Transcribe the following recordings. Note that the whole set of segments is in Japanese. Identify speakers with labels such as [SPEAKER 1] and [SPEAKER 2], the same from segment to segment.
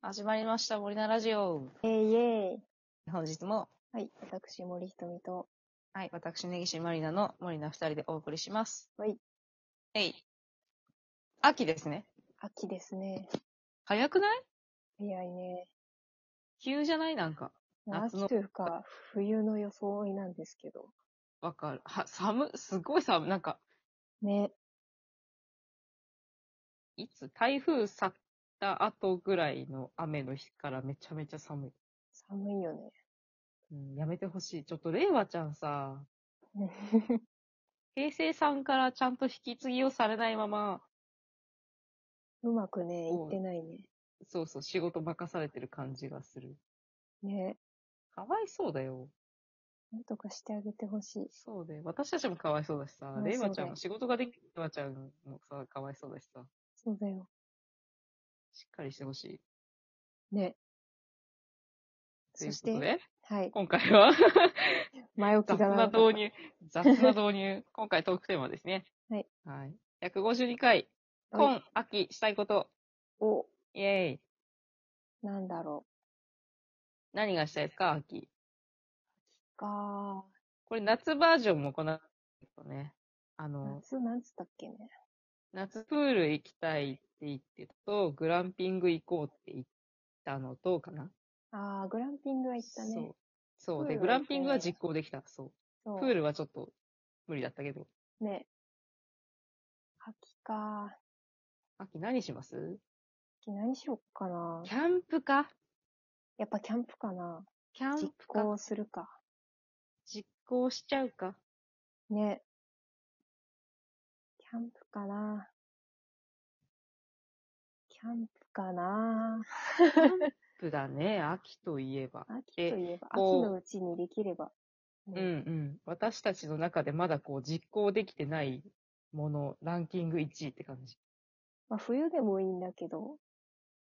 [SPEAKER 1] 始まりました、森菜ラジオ。
[SPEAKER 2] えー、イェーイ。
[SPEAKER 1] 本日も、
[SPEAKER 2] はい、私、森ひとみと。
[SPEAKER 1] はい、私、根岸まりなの森菜二人でお送りします。
[SPEAKER 2] はい。
[SPEAKER 1] えい。秋ですね。
[SPEAKER 2] 秋ですね。
[SPEAKER 1] 早くない
[SPEAKER 2] 早いね。
[SPEAKER 1] 急じゃないなんか。夏の
[SPEAKER 2] 秋というか、冬の装いなんですけど。
[SPEAKER 1] わかる。は、寒、すごい寒い。なんか、
[SPEAKER 2] ね。
[SPEAKER 1] いつ台風去った後ぐらいの雨の日からめちゃめちゃ寒い。
[SPEAKER 2] 寒いよね。
[SPEAKER 1] うん、やめてほしい。ちょっと、令和ちゃんさ、平成さんからちゃんと引き継ぎをされないまま、
[SPEAKER 2] うまくね、
[SPEAKER 1] そう
[SPEAKER 2] いってないね。
[SPEAKER 1] そうそう、仕事任されてる感じがする。
[SPEAKER 2] ね。
[SPEAKER 1] かわいそうだよ。
[SPEAKER 2] なんとかしてあげてほしい。
[SPEAKER 1] そうで、私たちもかわいそうだしさ
[SPEAKER 2] う、ん
[SPEAKER 1] レイ
[SPEAKER 2] そ
[SPEAKER 1] ワ
[SPEAKER 2] う
[SPEAKER 1] ち
[SPEAKER 2] だ
[SPEAKER 1] ゃ
[SPEAKER 2] よ
[SPEAKER 1] んの仕事ができるレイワちゃんもさ、かわいそうだしさ、
[SPEAKER 2] そうだよ。
[SPEAKER 1] しっかりしてほしい。
[SPEAKER 2] ね。
[SPEAKER 1] とい
[SPEAKER 2] そうし
[SPEAKER 1] こと
[SPEAKER 2] て、
[SPEAKER 1] で、
[SPEAKER 2] はい。
[SPEAKER 1] 今回 は
[SPEAKER 2] 前置
[SPEAKER 1] 雑
[SPEAKER 2] きが
[SPEAKER 1] な
[SPEAKER 2] 長かった
[SPEAKER 1] 導入、雑な導 入、今回トークテーマですね。
[SPEAKER 2] はい。
[SPEAKER 1] はい。152回、
[SPEAKER 2] はい
[SPEAKER 1] 今秋したいこと、
[SPEAKER 2] お、
[SPEAKER 1] イェーイ。
[SPEAKER 2] なんだろ
[SPEAKER 1] 何がしたいですか、秋。
[SPEAKER 2] う。か
[SPEAKER 1] これ夏バージョンもこの後ね、あの、
[SPEAKER 2] 夏なんつったっけね。
[SPEAKER 1] 夏プール行きたいって言ってたと、グランピング行こうって言ったのとかな。
[SPEAKER 2] あー、グランピングは行った
[SPEAKER 1] そ
[SPEAKER 2] ね
[SPEAKER 1] う。。そう。で、
[SPEAKER 2] プール
[SPEAKER 1] グラ
[SPEAKER 2] は行け
[SPEAKER 1] ンピングは実行できた。そ。
[SPEAKER 2] そうう
[SPEAKER 1] プールはちょっと無理だったけど。
[SPEAKER 2] ね。秋か。
[SPEAKER 1] 秋何します
[SPEAKER 2] 秋何しよっかな
[SPEAKER 1] キ。ャンプか
[SPEAKER 2] やっぱキャンプかな。
[SPEAKER 1] キャン
[SPEAKER 2] 実
[SPEAKER 1] プか
[SPEAKER 2] 行するか。
[SPEAKER 1] 実行しちゃうか
[SPEAKER 2] ね。キャンプかな。キャンプかな。
[SPEAKER 1] キャンプだね。秋といえば。
[SPEAKER 2] 秋と
[SPEAKER 1] え
[SPEAKER 2] いえば、秋
[SPEAKER 1] こう
[SPEAKER 2] のうちにできれ
[SPEAKER 1] う
[SPEAKER 2] ば。
[SPEAKER 1] んう
[SPEAKER 2] ね
[SPEAKER 1] ん。私たちの中でまだこう実行できてないもの、ランキング1位って感じ。
[SPEAKER 2] まあ、冬でもいいんだけど、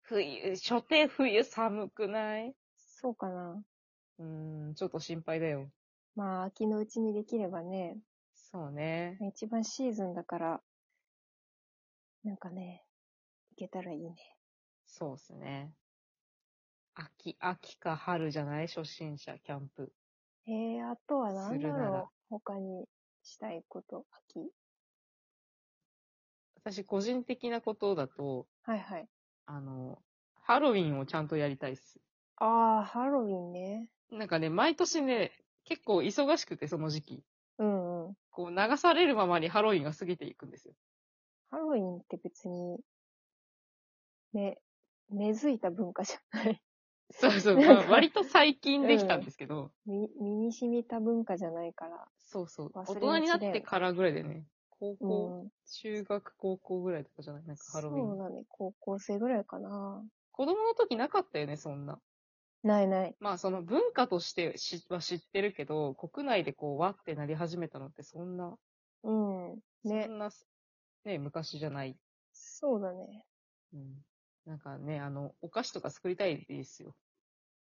[SPEAKER 1] 冬、初手冬寒くない
[SPEAKER 2] そうかな。
[SPEAKER 1] うーん、ちょっと心配だよ。
[SPEAKER 2] まあ、秋のうちにできればね、
[SPEAKER 1] そうね。
[SPEAKER 2] 一番シーズンだから、なんかね、いけたらいいね。
[SPEAKER 1] そうっすね。秋、秋か春じゃない初心者、キャンプ。
[SPEAKER 2] えー、あとは何だ
[SPEAKER 1] するなら
[SPEAKER 2] ろう。他にしたいこと、秋。
[SPEAKER 1] 私、個人的なことだと、
[SPEAKER 2] はいはい。
[SPEAKER 1] あの、ハロウィンをちゃんとやりたいっす。
[SPEAKER 2] ああ、ハロウィンね。
[SPEAKER 1] なんかね、毎年ね、結構忙しくて、その時期。
[SPEAKER 2] うんうん。
[SPEAKER 1] こう、流されるままにハロウィンが過ぎていくんですよ。
[SPEAKER 2] ハロウィンって別に、ね、根付いた文化じゃない。
[SPEAKER 1] そうそう、
[SPEAKER 2] なんか
[SPEAKER 1] まあ割と最近できたんですけど、
[SPEAKER 2] 身身に染みた文化じゃないから。
[SPEAKER 1] そうそう、大
[SPEAKER 2] 忘れがちだよ
[SPEAKER 1] 人になってからぐらいでね、高
[SPEAKER 2] う
[SPEAKER 1] 校、
[SPEAKER 2] ん。
[SPEAKER 1] 中学、高校ぐらいとかじゃないなんかハロウ
[SPEAKER 2] そう
[SPEAKER 1] ィン。
[SPEAKER 2] だね。高校生ぐらいかな。
[SPEAKER 1] 子供の時なかったよね、そんな。
[SPEAKER 2] ないない。
[SPEAKER 1] まあその文化としてしは知ってるけど、国内でこうわってなり始めたのってそんな、
[SPEAKER 2] うん。ね
[SPEAKER 1] そ。んな、ね、昔じゃない。
[SPEAKER 2] そうだね。
[SPEAKER 1] うん。なんかね、あの、お菓子とか作りたいですよ。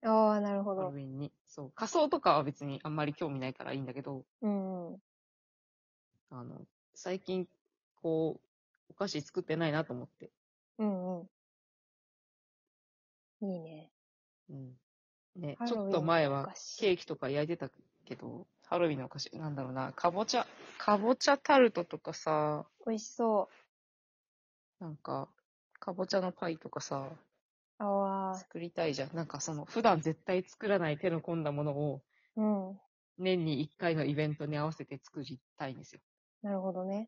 [SPEAKER 2] ああ、なるほ
[SPEAKER 1] ハロ
[SPEAKER 2] ど
[SPEAKER 1] ウ。ィンに。そう。仮装とかは別にあんまり興味ないからいいんだけど、
[SPEAKER 2] うんうん。
[SPEAKER 1] あの、最近、こう、お菓子作ってないなと思って。
[SPEAKER 2] うんうん。いいね。
[SPEAKER 1] うん。ね、
[SPEAKER 2] ハ
[SPEAKER 1] ち
[SPEAKER 2] ロウィン
[SPEAKER 1] ょっと前は
[SPEAKER 2] のお菓子
[SPEAKER 1] ケーキとか焼いてたけど、ハロウィンのお菓子、なんだろうな、かぼちゃ、かぼちゃタルトとかさ、
[SPEAKER 2] 美味しそ
[SPEAKER 1] なんか、かぼちゃのパイとかさ、
[SPEAKER 2] う。ああ、
[SPEAKER 1] 作りたいじゃん。なんかその、普段絶対作らない手の込んだものを、
[SPEAKER 2] うん。
[SPEAKER 1] 年に1回のイベントに合わせて作りたいんですよ。
[SPEAKER 2] なるほどね。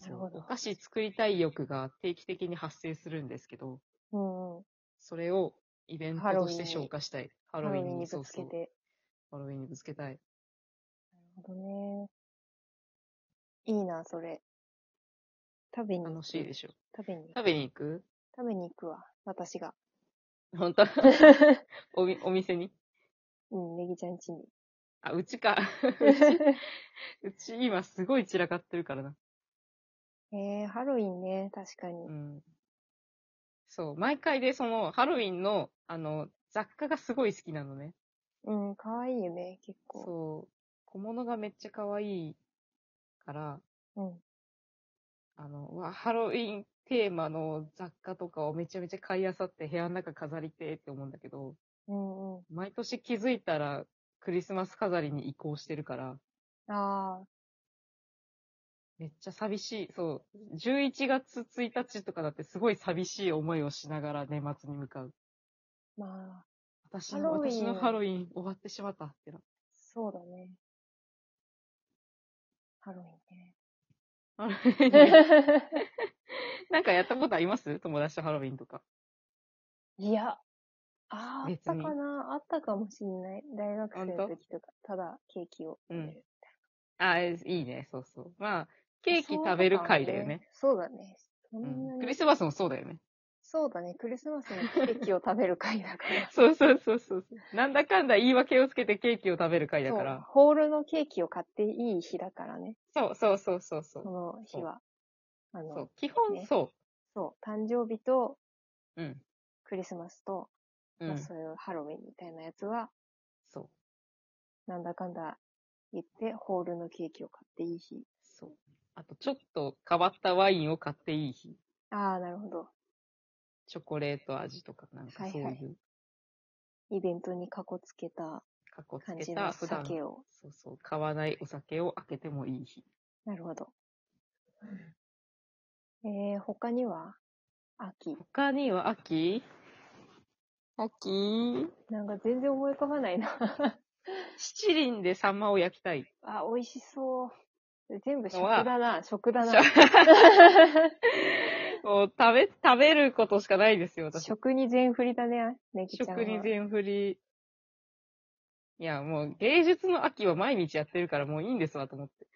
[SPEAKER 2] なる
[SPEAKER 1] そ
[SPEAKER 2] ほ
[SPEAKER 1] う
[SPEAKER 2] ど
[SPEAKER 1] お菓子作りたい欲が定期的に発生するんですけど、
[SPEAKER 2] うんうん。
[SPEAKER 1] それをイベントとして消化したい。ハ
[SPEAKER 2] ハ
[SPEAKER 1] ロウィンに
[SPEAKER 2] ぶつけ
[SPEAKER 1] そうそう
[SPEAKER 2] て。
[SPEAKER 1] ハロウィンにぶつけたい。
[SPEAKER 2] なるほどね。いいな、それ。食べに行く
[SPEAKER 1] 楽しいでしょ。
[SPEAKER 2] 食べに行く
[SPEAKER 1] 食べに行く
[SPEAKER 2] 食べに行くわ、私が。
[SPEAKER 1] 本当おみお店に
[SPEAKER 2] うん、ネギちゃん家 に。
[SPEAKER 1] あ、うち か。 うち今すごい散らかってるからな。
[SPEAKER 2] えー、ハロウィンね、確かに
[SPEAKER 1] う。ん。そう、毎回でそのハロウィンの、あの、雑貨がすごい好きなのね。
[SPEAKER 2] うん、かわいいよね、結構。
[SPEAKER 1] そう。小物がめっちゃ可愛いから、
[SPEAKER 2] うん。
[SPEAKER 1] あの、うわ、ハロウィンっテーマの雑貨とかをめちゃめちゃ買い漁って部屋の中飾りてえって思うんだけど、
[SPEAKER 2] うんうん。
[SPEAKER 1] 毎年気づいたらクリスマス飾りに移行してるから、
[SPEAKER 2] ああ、
[SPEAKER 1] めっちゃ寂しい。そう。11月1日とかだってすごい寂しい思いをしながら年末に向かう。
[SPEAKER 2] まあ、
[SPEAKER 1] 私
[SPEAKER 2] ハ
[SPEAKER 1] の、
[SPEAKER 2] ロウィン
[SPEAKER 1] 私のハロウィン終わってしまったってな。
[SPEAKER 2] そうだね。ハロウィンね。
[SPEAKER 1] ハロウ ィン なんかやったことあります友達とハロウィンとか。
[SPEAKER 2] いや、あーあっ
[SPEAKER 1] 別
[SPEAKER 2] た
[SPEAKER 1] に
[SPEAKER 2] かなあったかもしんない。大学生の
[SPEAKER 1] 本当
[SPEAKER 2] 時とか、ただケーキを食べ
[SPEAKER 1] う
[SPEAKER 2] る。
[SPEAKER 1] んあ、えいいね。そうそう。まあ、ケーキ食べる会だよね。。
[SPEAKER 2] そうだね。そうだね。そんなんに
[SPEAKER 1] クリスマスもそうだよね。
[SPEAKER 2] そうだね。クリスマスのケーキを食べる会 だから。
[SPEAKER 1] そうそうそうそう。なんだかんだ言い訳をつけてケーキを食べる会だか
[SPEAKER 2] そう
[SPEAKER 1] ら。
[SPEAKER 2] ホールのケーキを買っていい日だからね。
[SPEAKER 1] そうそうそうそうそ
[SPEAKER 2] こ
[SPEAKER 1] う。
[SPEAKER 2] の日は。あの、
[SPEAKER 1] そ
[SPEAKER 2] そう
[SPEAKER 1] う。基本
[SPEAKER 2] ね
[SPEAKER 1] そ
[SPEAKER 2] 誕生日と
[SPEAKER 1] う。うん。
[SPEAKER 2] クリスマスと、
[SPEAKER 1] う
[SPEAKER 2] まあ
[SPEAKER 1] ん。
[SPEAKER 2] そういうハロウィンみたいなやつは、
[SPEAKER 1] そう。
[SPEAKER 2] なんだかんだ言って、ホールのケーキを買っていい日。
[SPEAKER 1] そう。あと、ちょっと変わったワインを買っていい日。
[SPEAKER 2] ああ、なるほど。
[SPEAKER 1] チョコレート味とか、なんかそう
[SPEAKER 2] はいはい
[SPEAKER 1] いう、
[SPEAKER 2] イベントにかこつけた
[SPEAKER 1] かっこつ
[SPEAKER 2] 感
[SPEAKER 1] け
[SPEAKER 2] じ
[SPEAKER 1] た、
[SPEAKER 2] の
[SPEAKER 1] 普段、
[SPEAKER 2] 酒を。
[SPEAKER 1] そうそう、買わないお酒を開けてもいい日。
[SPEAKER 2] なるほど。えー、他には秋。
[SPEAKER 1] 他には秋秋
[SPEAKER 2] なんか全然思い浮かばないな。
[SPEAKER 1] 七輪でサンマを焼きたい。
[SPEAKER 2] あ、美味しそう。全部食
[SPEAKER 1] のは
[SPEAKER 2] だな、食 だな。
[SPEAKER 1] もう食べ、食べることしかないですよ、私。
[SPEAKER 2] 食に全振りだね、ネギちゃんは。
[SPEAKER 1] 食に全振り。いや、もう芸術の秋は毎日やってるからもういいんですわ、と思 って。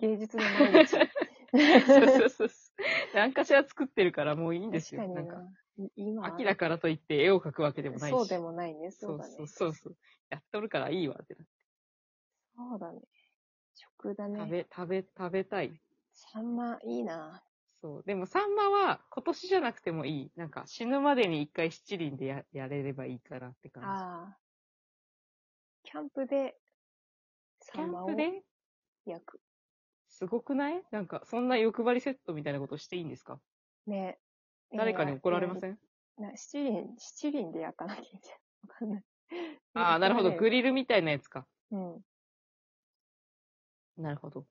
[SPEAKER 2] 芸 芸術の毎日。
[SPEAKER 1] そうそうそうそう。何かしら作ってるからもういいんです
[SPEAKER 2] 確か
[SPEAKER 1] よ。
[SPEAKER 2] に
[SPEAKER 1] な
[SPEAKER 2] なん
[SPEAKER 1] か。
[SPEAKER 2] い今は
[SPEAKER 1] 秋だからといって絵を描くわけでもないし。
[SPEAKER 2] そうでもないね。
[SPEAKER 1] そ
[SPEAKER 2] そう
[SPEAKER 1] う
[SPEAKER 2] だね。
[SPEAKER 1] そうそうそう。やっとるからいいわってな。
[SPEAKER 2] そうだね。食だ
[SPEAKER 1] 食
[SPEAKER 2] ね。
[SPEAKER 1] べ、食べ、食べたい。
[SPEAKER 2] サンマ、いいな。
[SPEAKER 1] そう。でも、サンマは今年じゃなくてもいい。なんか、死ぬまでに一回七輪でややれればいいかなって感
[SPEAKER 2] ああ。キャンプで、
[SPEAKER 1] じ。キャ
[SPEAKER 2] サンマ
[SPEAKER 1] ン
[SPEAKER 2] を
[SPEAKER 1] プ
[SPEAKER 2] 焼く。
[SPEAKER 1] ですごくないなんか、そんな欲張りセットみたいなことしていいんですか
[SPEAKER 2] ね。
[SPEAKER 1] 誰かに怒られま
[SPEAKER 2] ん
[SPEAKER 1] せん
[SPEAKER 2] な七輪、七輪で焼かなきゃいけない。 わかんない。
[SPEAKER 1] ああ、なるほど。グ
[SPEAKER 2] リ。
[SPEAKER 1] リルみたいなやつか。
[SPEAKER 2] うん。
[SPEAKER 1] なるほど。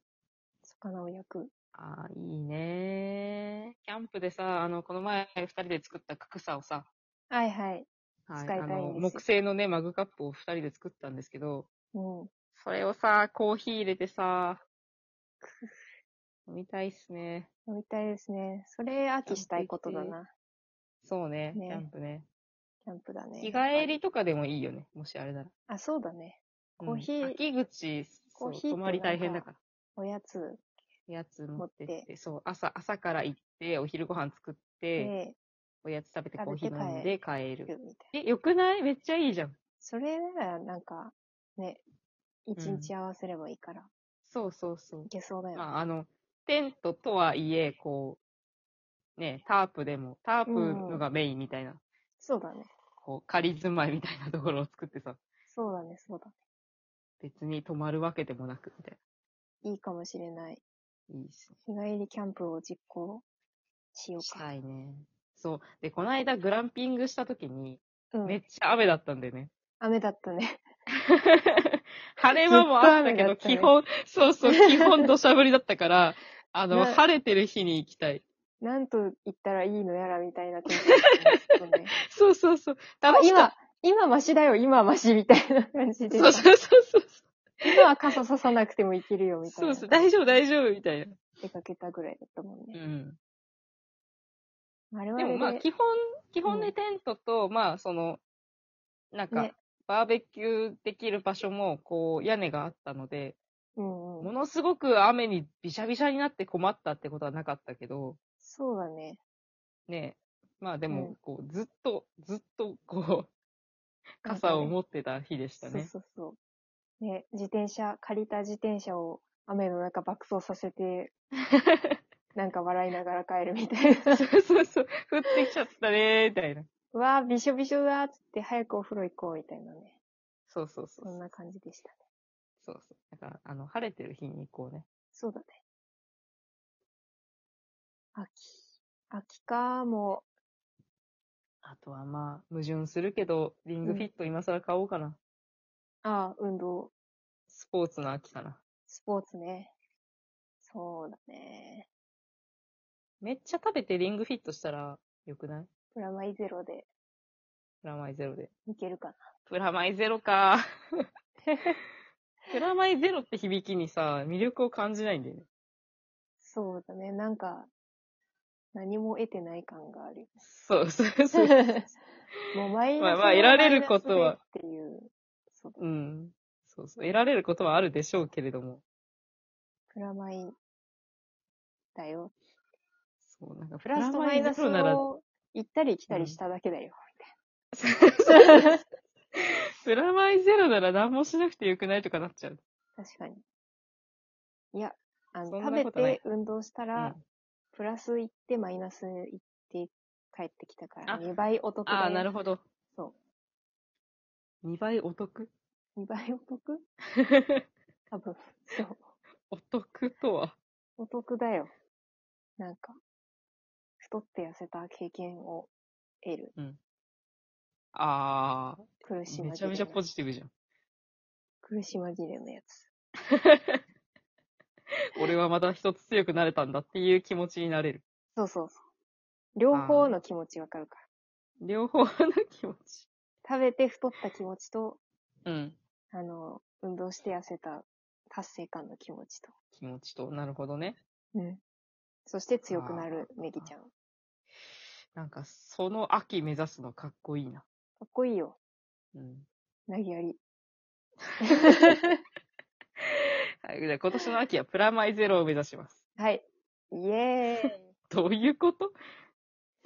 [SPEAKER 2] 魚を焼く。
[SPEAKER 1] ああ、いいねー。キャンプでさ、あの、この前二人で作ったククサをさ、
[SPEAKER 2] はいはい。
[SPEAKER 1] は
[SPEAKER 2] 使いたい
[SPEAKER 1] あ
[SPEAKER 2] んですよ
[SPEAKER 1] の、木製のね、マグカップを二人で作ったんですけど、
[SPEAKER 2] うん。
[SPEAKER 1] それをさ、コーヒー入れてさ、飲みたいっすね。
[SPEAKER 2] 飲みたいですね。それ、秋したいことだな。
[SPEAKER 1] そうね、
[SPEAKER 2] ね
[SPEAKER 1] キャンプね。
[SPEAKER 2] キャンプだね。
[SPEAKER 1] 日帰りとかでもいいよね、もしあれなら。
[SPEAKER 2] あ、そうだね。コーヒー
[SPEAKER 1] うん秋口、
[SPEAKER 2] コ
[SPEAKER 1] そ
[SPEAKER 2] ー
[SPEAKER 1] う
[SPEAKER 2] ヒーって
[SPEAKER 1] 泊まり大変だから。
[SPEAKER 2] おやつ
[SPEAKER 1] やつ持ってっ、
[SPEAKER 2] 持って
[SPEAKER 1] そう、朝、朝から行って、お昼ご飯作って、
[SPEAKER 2] で、
[SPEAKER 1] おやつ食べて
[SPEAKER 2] 食
[SPEAKER 1] コー
[SPEAKER 2] べ
[SPEAKER 1] ヒ
[SPEAKER 2] て
[SPEAKER 1] ー飲んで帰
[SPEAKER 2] みた
[SPEAKER 1] る。
[SPEAKER 2] いな。
[SPEAKER 1] え、よくないめっちゃいいじゃん。
[SPEAKER 2] それなら、なんか、ね、一
[SPEAKER 1] うん
[SPEAKER 2] 日合わせればいいから、
[SPEAKER 1] そうそうそう
[SPEAKER 2] い。けそうだよね。
[SPEAKER 1] まあ、あの、テントとはいえ、こう、ね、タープでも、タープのがメインみたいな、
[SPEAKER 2] そうだね。
[SPEAKER 1] こう、仮住まいみたいなところを作ってさ、
[SPEAKER 2] そうだね、そうだ
[SPEAKER 1] 別に泊まるわけでもなく、みたい
[SPEAKER 2] ね。いいかもしれない。
[SPEAKER 1] な。いいっすね。
[SPEAKER 2] 日帰りキャンプを実行しよ
[SPEAKER 1] し
[SPEAKER 2] うか。
[SPEAKER 1] たいね。そう。で、この間グランピングした時に、
[SPEAKER 2] う
[SPEAKER 1] めっ
[SPEAKER 2] ん。
[SPEAKER 1] ちゃ雨だったんだよね。
[SPEAKER 2] 雨だったね。
[SPEAKER 1] 晴れ間もあったけ
[SPEAKER 2] ず
[SPEAKER 1] ど、
[SPEAKER 2] っと雨
[SPEAKER 1] 基
[SPEAKER 2] だったね
[SPEAKER 1] 本、そうそう、基本土砂降りだったから、あの、
[SPEAKER 2] な
[SPEAKER 1] 晴れてる日に行きたい。
[SPEAKER 2] なんと言ったらいいのやらみたいな天気だった んですけどね
[SPEAKER 1] そうそうそう。
[SPEAKER 2] あ
[SPEAKER 1] 楽しかっ
[SPEAKER 2] 今、今マシだよ、今マシみたいな感じ
[SPEAKER 1] た。
[SPEAKER 2] で。
[SPEAKER 1] そうそうそうそう。
[SPEAKER 2] 今は傘ささなくてもいけるよみたい
[SPEAKER 1] そ
[SPEAKER 2] な。
[SPEAKER 1] うそう、大丈夫、大丈夫、みたいな。
[SPEAKER 2] 出かけたぐらいだったもん
[SPEAKER 1] う
[SPEAKER 2] ね。
[SPEAKER 1] ん。
[SPEAKER 2] 我々
[SPEAKER 1] でもまあ、
[SPEAKER 2] で
[SPEAKER 1] 基本、基本
[SPEAKER 2] う
[SPEAKER 1] ね、
[SPEAKER 2] ん
[SPEAKER 1] テントと、まあ、その、なんか
[SPEAKER 2] ね、
[SPEAKER 1] バーベキューできる場所も、こう、屋根があったので、
[SPEAKER 2] うんう
[SPEAKER 1] も
[SPEAKER 2] ん。
[SPEAKER 1] のすごく雨にびしゃびしゃになって困ったってことはなかったけど、
[SPEAKER 2] そうだね。
[SPEAKER 1] ねまあで
[SPEAKER 2] うん
[SPEAKER 1] も、こう、ずっと、ずっと、こう、
[SPEAKER 2] なんかね
[SPEAKER 1] 傘を持ってた日でした
[SPEAKER 2] そう
[SPEAKER 1] ね。
[SPEAKER 2] そうそう。ね、自転車、借りた自転車を雨の中爆走さ せて、なんか笑いながら帰るみたい な。
[SPEAKER 1] そうそうそう、降ってきちゃったねー、みたいな。
[SPEAKER 2] うわーびしょびしょだーっつって早くお風呂行こうみたいなね。
[SPEAKER 1] そうそうそう
[SPEAKER 2] そん
[SPEAKER 1] そう。
[SPEAKER 2] な感じでしたね。
[SPEAKER 1] そうそう。だから、あの、晴れてる日に行こうね。
[SPEAKER 2] そうだね。秋。秋か、も
[SPEAKER 1] あとはまあ、矛盾するけど、リングフィット今更買おうかな。
[SPEAKER 2] う、ああ、運動、
[SPEAKER 1] スポーツの秋かな。
[SPEAKER 2] スポーツね。そうだね。
[SPEAKER 1] めっちゃ食べてリングフィットしたら、よくない
[SPEAKER 2] プラマイゼロで
[SPEAKER 1] プラマイゼロで。
[SPEAKER 2] いけるかな。
[SPEAKER 1] プラマイゼロか。 プラマイゼロって響きにさ、魅力を感じないんだよね。
[SPEAKER 2] そうだね。なんか、何も得てない感があ る。
[SPEAKER 1] そう、そう、そう。
[SPEAKER 2] もうマイナス
[SPEAKER 1] まあまあ
[SPEAKER 2] の
[SPEAKER 1] 得られる
[SPEAKER 2] マイナス
[SPEAKER 1] こ
[SPEAKER 2] で
[SPEAKER 1] とは
[SPEAKER 2] っていう、そ う
[SPEAKER 1] うん。そうそう。得られることはあるでしょうけれども。
[SPEAKER 2] プラマイだよ。
[SPEAKER 1] そう、なんかプ
[SPEAKER 2] プラスとマイナス
[SPEAKER 1] ラマイゼロなら、
[SPEAKER 2] を行ったり来たりしただけだよ。
[SPEAKER 1] プラマイゼロなら何もしなくてよくないとかなっちゃう。
[SPEAKER 2] 確かに。いや、あの
[SPEAKER 1] そん
[SPEAKER 2] 食
[SPEAKER 1] な
[SPEAKER 2] べ
[SPEAKER 1] ことない
[SPEAKER 2] て運動した
[SPEAKER 1] うん
[SPEAKER 2] ら、プラス行ってマイナス行って帰ってきたか
[SPEAKER 1] あ
[SPEAKER 2] ら、2倍お得だよ。
[SPEAKER 1] ああ、なるほど。。
[SPEAKER 2] そう
[SPEAKER 1] 2倍お 得
[SPEAKER 2] 2倍お得多分、そう。
[SPEAKER 1] お得とは
[SPEAKER 2] お得だよ。なんか、太って痩せた経験を得る
[SPEAKER 1] ああ、
[SPEAKER 2] 苦し紛れの。
[SPEAKER 1] めちゃめちゃポジティブじゃん。
[SPEAKER 2] 苦し紛れのやつ。
[SPEAKER 1] 俺はまた一つ強くなれたんだっていう気持ちになれる。
[SPEAKER 2] そうそうそう。両方の気持ちわかるから。
[SPEAKER 1] 両方の気持ち。
[SPEAKER 2] 食べて太った気持ちと、
[SPEAKER 1] うん。
[SPEAKER 2] あの、運動して痩せた達成感の気持ちと。
[SPEAKER 1] 気持ちと、なるほどね。
[SPEAKER 2] うん。そして強くなる、ネギちゃん。か
[SPEAKER 1] なんか、その秋目指すのかっこいいな。
[SPEAKER 2] っこいいよ。
[SPEAKER 1] うん。
[SPEAKER 2] なぎやり。
[SPEAKER 1] はい、じゃあ今年の秋はプラマイゼロを目指します。
[SPEAKER 2] はい。イエーイ。
[SPEAKER 1] どういうこと